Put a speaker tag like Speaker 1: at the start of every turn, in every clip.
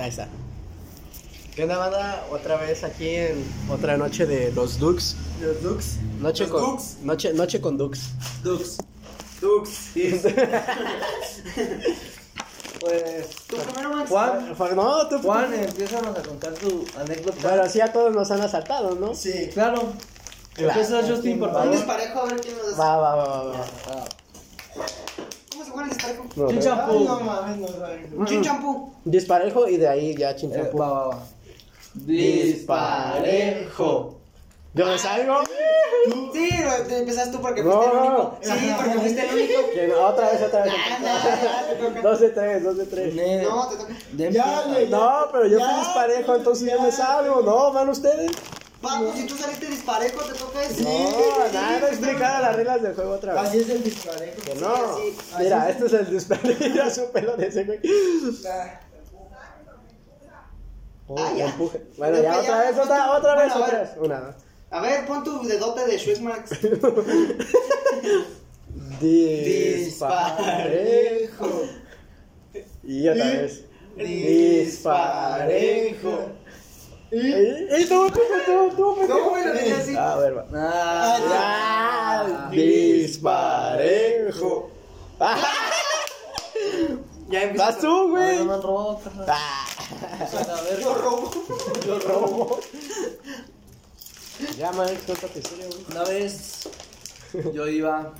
Speaker 1: Ahí está. ¿Qué onda, banda? Otra vez aquí en otra noche de los Dux.
Speaker 2: Los Dux.
Speaker 1: Noche
Speaker 2: Los
Speaker 1: con
Speaker 2: Dux.
Speaker 1: Noche, noche con Dux.
Speaker 2: Dux. Dux.
Speaker 1: Pues.
Speaker 2: Tú primero, Max.
Speaker 1: Juan, Juan- no, tú.
Speaker 3: Juan, empiezanos a contar tu anécdota.
Speaker 1: Bueno, sí, a todos nos han asaltado, ¿no?
Speaker 2: Sí.
Speaker 3: claro.
Speaker 1: Claro.
Speaker 3: Empieza Justin, por
Speaker 2: Un
Speaker 3: favor.
Speaker 2: disparejo a ver quién nos
Speaker 1: Va, va, va, va. va.
Speaker 2: ¿Cómo se juega el disparejo?
Speaker 1: No,
Speaker 3: Chin
Speaker 1: eh,
Speaker 3: champú.
Speaker 2: Ay, no mames, no mames. Un
Speaker 1: Mm.
Speaker 2: chin champú.
Speaker 1: Disparejo y de ahí ya chinchampú.
Speaker 3: Eh, va, va, va.
Speaker 1: Disparejo. Yo me salgo.
Speaker 2: Sí, lo- te empezaste tú porque
Speaker 1: No.
Speaker 2: fuiste el único. Sí, porque fuiste el único.
Speaker 1: Que no, otra vez, otra vez.
Speaker 2: Ah, no, te toca.
Speaker 1: Dos de tres, dos de tres.
Speaker 3: Ne-
Speaker 2: No, te toca.
Speaker 3: de-
Speaker 1: No, pero yo fui
Speaker 4: Ya,
Speaker 1: disparejo, entonces yo
Speaker 4: ya.
Speaker 1: me salgo. No, van ustedes.
Speaker 2: Paco, si tú saliste disparejo, te toca ese.
Speaker 1: No, nada, explicar las reglas del juego otra vez.
Speaker 4: Así es el disparejo.
Speaker 1: Que no.
Speaker 2: así,
Speaker 4: así
Speaker 1: Mira,
Speaker 4: es.
Speaker 1: este es el disparejo. Mira su pelo de ese güey.
Speaker 4: Nah.
Speaker 1: Oh,
Speaker 2: Ah, ya.
Speaker 1: empuje. Bueno,
Speaker 2: Ya,
Speaker 1: ya
Speaker 2: ya,
Speaker 1: otra vez,
Speaker 2: ya.
Speaker 1: otra, otra vez,
Speaker 2: Bueno, a
Speaker 1: otra
Speaker 2: ver.
Speaker 1: vez. Una, dos.
Speaker 2: A ver, pon tu dedote de Schwizmax.
Speaker 1: Disparejo. Y otra vez. Disparejo. Y y tú, tú, tú, tú, tú.
Speaker 2: No, güey, lo dije así.
Speaker 1: A ver, va.
Speaker 3: Ah,
Speaker 1: Ah, Disparejo. Ah,
Speaker 2: Ya empiezas.
Speaker 1: Vas tú,
Speaker 3: no,
Speaker 1: güey.
Speaker 3: no me han robado, carnal.
Speaker 1: Ah,
Speaker 3: A ver,
Speaker 2: Yo robo.
Speaker 1: Yo robo. Ya, man, cuenta tu historia, güey.
Speaker 3: una vez yo iba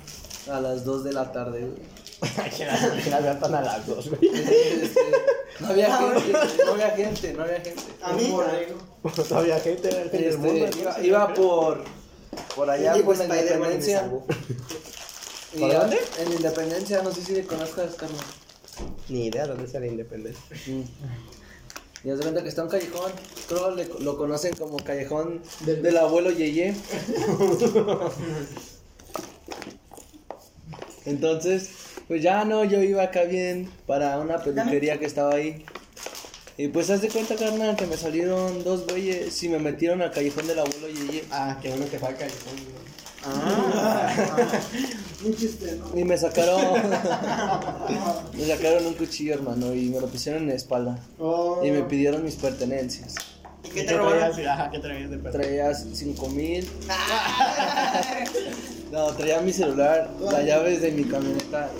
Speaker 3: a las 2 de la tarde, güey.
Speaker 1: Que las- que las vean tan a las dos, güey.
Speaker 3: Este, no había gente, no había gente, no había gente.
Speaker 2: A mí.
Speaker 1: No había gente en el fin del
Speaker 3: Este,
Speaker 1: mundo.
Speaker 3: iba, iba por, por allá,
Speaker 2: Llegó
Speaker 1: pues,
Speaker 3: por la
Speaker 2: Spider-Man y me
Speaker 3: Independencia.
Speaker 2: salvó.
Speaker 3: Y
Speaker 1: ¿Por
Speaker 3: a-
Speaker 1: dónde?
Speaker 3: En Independencia, no sé si le conozcas, Carlos.
Speaker 1: Ni idea dónde está la independencia.
Speaker 3: Y haz de cuenta que está un callejón, creo le- lo conocen como callejón del, abuelo Yeye. Entonces, pues ya no, yo iba acá bien para una peluquería que estaba ahí. Y pues haz de cuenta, carnal, que me salieron dos güeyes y me metieron al callejón del abuelo Yeye.
Speaker 1: Ah, qué bueno que fue al callejón. güey.
Speaker 2: Ah.
Speaker 4: Un chiste, ¿no?
Speaker 3: Y me sacaron, me sacaron un cuchillo, hermano, y me lo pusieron en la espalda. Y me pidieron mis pertenencias.
Speaker 2: ¿Y qué te robaron?
Speaker 1: traías? Ajá, ¿qué traías de perro?
Speaker 3: Traías 5 mil. No, traía mi celular, las llaves de mi camioneta.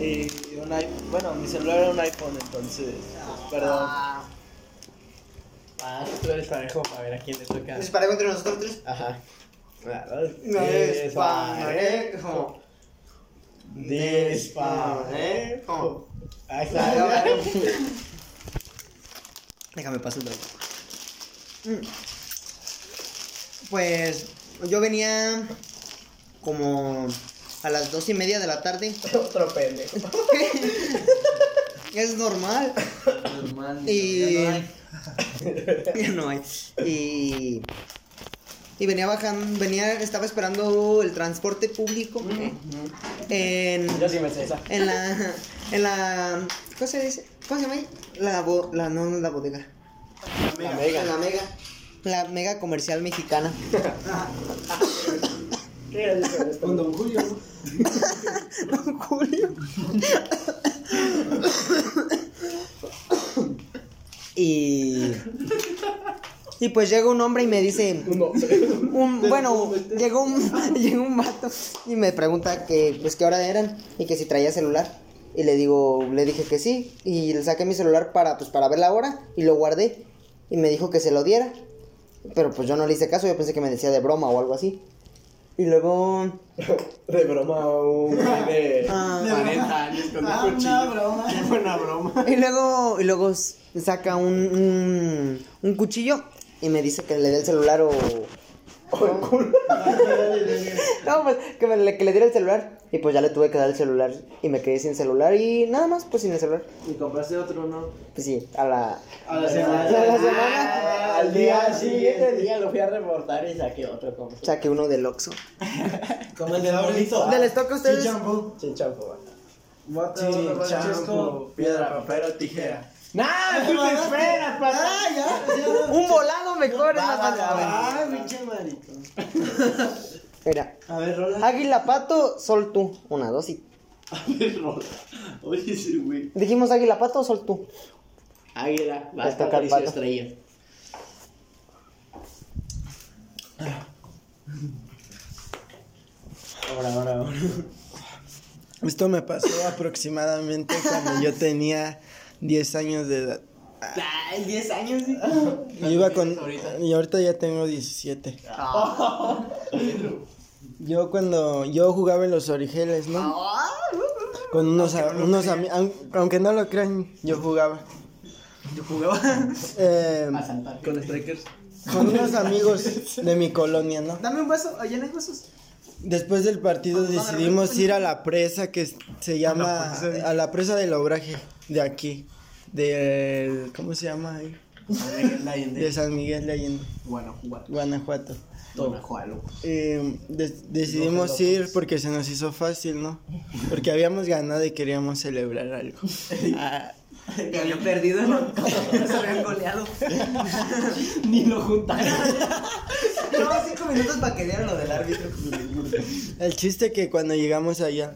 Speaker 3: Y un iPhone. Bueno, mi celular era un iPhone, entonces. pues, perdón.
Speaker 2: Ah,
Speaker 1: Ah, tú eres parejo para ver a quién le toca.
Speaker 2: Disparejo entre nosotros tres. Eh,
Speaker 1: Ajá.
Speaker 2: Disparejo.
Speaker 1: Disparejo. Ahí
Speaker 2: Ah, ya,
Speaker 1: está.
Speaker 2: ya.
Speaker 3: Déjame pasar el trago.
Speaker 2: Mm. Pues yo venía como a las dos y media de la tarde.
Speaker 1: Otro pendejo.
Speaker 2: Es normal.
Speaker 3: Normal.
Speaker 2: Y-
Speaker 3: ya no hay.
Speaker 2: Ya no hay. Y. Y venía bajando, venía, estaba esperando el transporte público eh, en,
Speaker 1: Yo sí me sé esa.
Speaker 2: en la, en la, ¿cómo se dice? ¿Cómo se llama? ahí? La, bo- la, no, no es la bodega.
Speaker 1: La
Speaker 2: En
Speaker 1: mega.
Speaker 2: La mega. La mega comercial mexicana.
Speaker 4: Con Don Julio.
Speaker 2: Don Julio. y. Y pues llega un hombre y me dice. Un, bueno, llegó un, llegó un vato y me pregunta que, pues, qué hora eran y que si traía celular. Y le digo, le dije que sí. Y le saqué mi celular para, pues, para ver la hora y lo guardé. Y me dijo que se lo diera. Pero pues yo no le hice caso, yo pensé que me decía de broma o algo así. Y luego.
Speaker 1: De broma, un güey de
Speaker 2: Ah.
Speaker 1: 40 años con
Speaker 4: Ah,
Speaker 1: un
Speaker 4: una
Speaker 1: cuchillo.
Speaker 4: broma.
Speaker 1: Fue una broma.
Speaker 2: Y luego, y luego s- saca un, un, un cuchillo y me dice que le dé el celular o...
Speaker 1: O el culo.
Speaker 2: No, pues que, me le, que le diera el celular. Y pues ya le tuve que dar el celular y me quedé sin celular y nada más, pues sin el celular.
Speaker 3: Y compraste otro, ¿no?
Speaker 2: Pues sí, a la...
Speaker 4: A la
Speaker 1: A
Speaker 4: semana.
Speaker 1: la
Speaker 2: la
Speaker 1: semana.
Speaker 2: semana.
Speaker 1: Al día siguiente día lo fui a reportar y saqué otro como.
Speaker 2: Saqué uno del Oxxo.
Speaker 3: Como el de abuelito.
Speaker 2: ¿Del stock que ustedes?
Speaker 4: Chin champú.
Speaker 1: Sin champú.
Speaker 4: Chin
Speaker 3: Chesco.
Speaker 4: champú.
Speaker 1: Piedra, papel o tijera. ¡Nah! Ah, ¡Tú te esperas, para!
Speaker 4: Ah, ya. ya, ya.
Speaker 2: Un volado mejor es más fácil.
Speaker 4: Ah, pinche marico.
Speaker 2: Mira,
Speaker 4: A ver, Rola.
Speaker 2: águila, pato, sol tú. Una, dos y...
Speaker 1: Oye, sí, güey.
Speaker 2: Dijimos águila, pato, sol tú.
Speaker 5: Águila,
Speaker 2: Le
Speaker 5: basta,
Speaker 2: toca al
Speaker 5: Mauricio
Speaker 2: pato.
Speaker 5: Estrella.
Speaker 3: Ahora, ahora, ahora.
Speaker 6: Esto me pasó aproximadamente cuando yo tenía 10 años de edad.
Speaker 5: Ah, 10 años.
Speaker 6: Yo iba con. Y ahorita ya tengo 17.
Speaker 1: Ah.
Speaker 6: Yo cuando. Yo jugaba en los origeles, ¿no? Con unos. a- unos ami- aun- aunque no lo crean, yo jugaba. Yo jugaba.
Speaker 3: Con Strikers.
Speaker 6: con unos amigos de mi colonia, ¿no?
Speaker 4: Dame un vaso, allá no hay vasos.
Speaker 6: Después del partido decidimos ir a la presa que es- se llama a la presa del obraje de aquí, del ¿cómo se llama ahí? De San Miguel de Allende,
Speaker 1: Guanajuato.
Speaker 6: Guanajuato.
Speaker 1: Guanajuato.
Speaker 6: Eh, de- decidimos ir porque se nos hizo fácil, ¿no? Porque habíamos ganado y queríamos celebrar algo. Ah,
Speaker 5: Que habían perdido, ¿no? Se habían goleado. Ni lo juntaron.
Speaker 2: Llevaba cinco minutos para que dieran lo del árbitro.
Speaker 6: el chiste que cuando llegamos allá,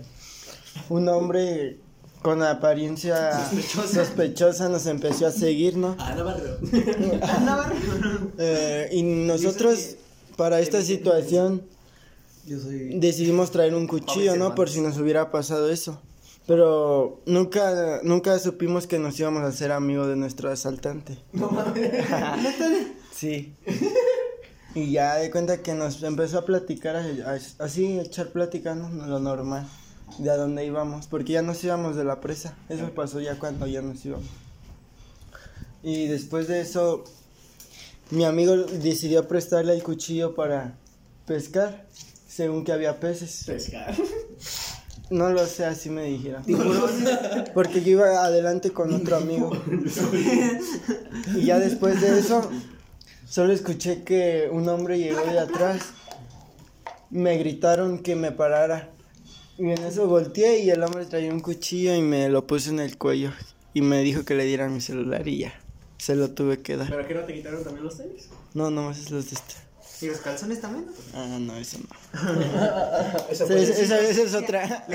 Speaker 6: un hombre con apariencia sospechosa nos empezó a seguir, ¿no?
Speaker 5: Ah, no, barro.
Speaker 3: Ah,
Speaker 2: Andaba
Speaker 6: Eh, y nosotros, para esta situación,
Speaker 3: Yo soy.
Speaker 6: decidimos traer un cuchillo, ¿no? Por si nos hubiera pasado eso. Pero nunca, nunca supimos que nos íbamos a hacer amigos de nuestro asaltante. sí. Y ya de cuenta que nos empezó a platicar, a- a- así, a echar plática, ¿no? Lo normal, de a dónde íbamos, porque ya nos íbamos de la presa. Eso pasó ya cuando ya nos íbamos. Y después de eso, mi amigo decidió prestarle el cuchillo para pescar, según que había peces.
Speaker 5: Pescar.
Speaker 6: No lo sé, así me dijeron. Porque yo iba adelante con otro amigo. Y ya después de eso, solo escuché que un hombre llegó de atrás. Me gritaron que me parara. Y en eso volteé y el hombre traía un cuchillo y me lo puso en el cuello. Y me dijo que le diera mi celular y ya. Se lo tuve que dar.
Speaker 1: ¿Pero qué no te quitaron también los tenis?
Speaker 6: No, no, esos los de este.
Speaker 2: ¿Y los calzones también?
Speaker 6: Ah, no, eso no.
Speaker 1: Eso
Speaker 6: Esa, esa- esa es otra.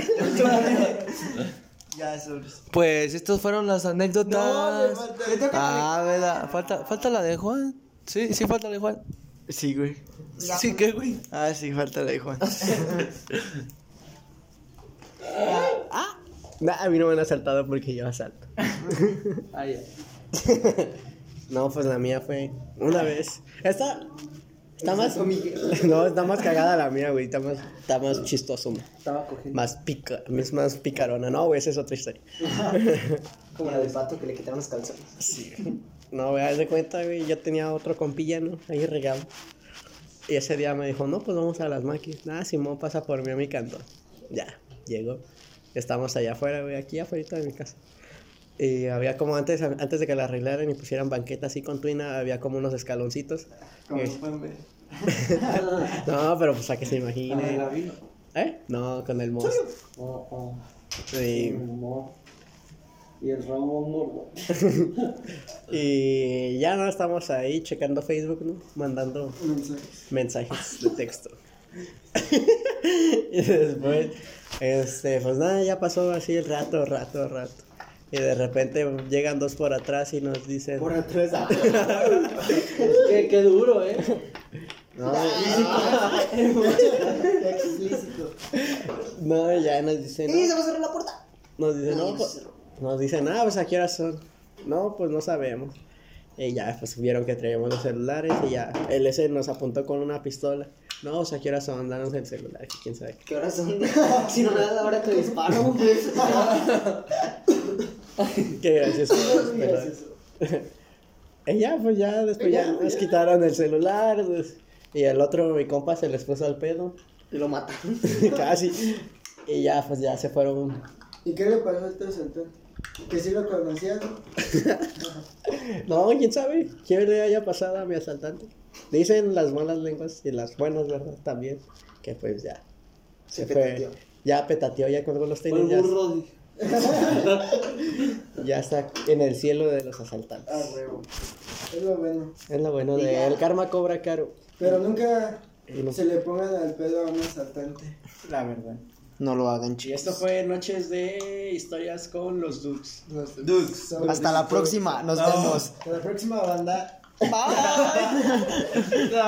Speaker 6: ya, sobres.
Speaker 3: Pues estas fueron las anécdotas.
Speaker 6: Me toca-
Speaker 3: ah, ¿verdad? Falta, falta la de Juan. Sí, sí, falta la de Juan.
Speaker 6: Sí, güey.
Speaker 3: Sí, ¿qué, güey?
Speaker 6: Ah, sí, falta la de Juan.
Speaker 1: Nah, a mí no me han asaltado porque yo asalto.
Speaker 3: Ah, ya.
Speaker 1: No, pues la mía fue una vez. Esta está más. No, está más cagada la mía, güey. Está más, está más chistoso. güey.
Speaker 3: Estaba cogiendo.
Speaker 1: Más pica, es más picarona. No, güey, esa es otra historia.
Speaker 2: Como la del pato que le quitaron los calzones.
Speaker 1: No, güey, haz de cuenta, güey. Yo tenía otro compilla, ¿no? Ahí regado. Y ese día me dijo, no, pues vamos a las maquis. Nada, Simón pasa por mí a mi canto. Ya, llegó. Estamos allá afuera, güey, aquí afuera de mi casa. Y había como antes, antes de que la arreglaran y pusieran banqueta así con tuina, había como unos escaloncitos. Y- no, pero pues a que se imagine. ¿Eh? No, con el mos. Sí.
Speaker 3: Y el Ramón Gordo.
Speaker 1: Y ya no estamos ahí checando Facebook, ¿no? Mandando mensajes de texto. y después, este, pues nada, ya pasó así el rato, rato, rato. Y de repente llegan dos por atrás y nos dicen. Por atrás.
Speaker 3: Qué, qué duro, ¿eh?
Speaker 1: No, ya nos dicen.
Speaker 2: ¡Y
Speaker 1: "No,
Speaker 2: se va a cerrar la puerta!
Speaker 1: Nos dicen, no, pues, nos dicen, ah, pues a qué horas son. No, pues no sabemos. Y ya, pues vieron que traíamos los celulares y ya. El ese nos apuntó con una pistola. No, pues a qué horas son, danos el celular, que quién sabe.
Speaker 2: ¿Qué horas son? si no me das la hora te disparo.
Speaker 1: qué. Qué gracioso. pero- y ya, pues ya, después ya, nos quitaron el celular. pues, y el otro, mi compa, se les puso al pedo.
Speaker 2: y lo mata.
Speaker 1: Casi. Y ya, pues ya se fueron.
Speaker 4: ¿Y qué le pasó a este asaltante? Que sí lo conocía, ¿no?
Speaker 1: No, quién sabe. ¿Quién le haya pasado a mi asaltante? Dicen las malas lenguas y las buenas, ¿verdad? También. Que pues ya. Se, fue.
Speaker 2: petateó.
Speaker 1: Ya petateó, ya colgó los
Speaker 3: Fue el
Speaker 1: tenis. Ya,
Speaker 3: burro. dije.
Speaker 1: ya está en el cielo de los asaltantes.
Speaker 4: Ah, huevo. Es lo bueno.
Speaker 1: Es lo bueno de El karma cobra caro.
Speaker 4: Pero nunca
Speaker 1: Y no-
Speaker 4: se le pongan al pedo a un asaltante.
Speaker 2: La verdad. No lo hagan,
Speaker 1: Y
Speaker 2: chicos.
Speaker 1: esto fue Noches de Historias con los Dudes.
Speaker 5: Dux.
Speaker 2: Hasta la próxima. Nos vemos.
Speaker 4: Hasta la próxima banda.
Speaker 2: Bye.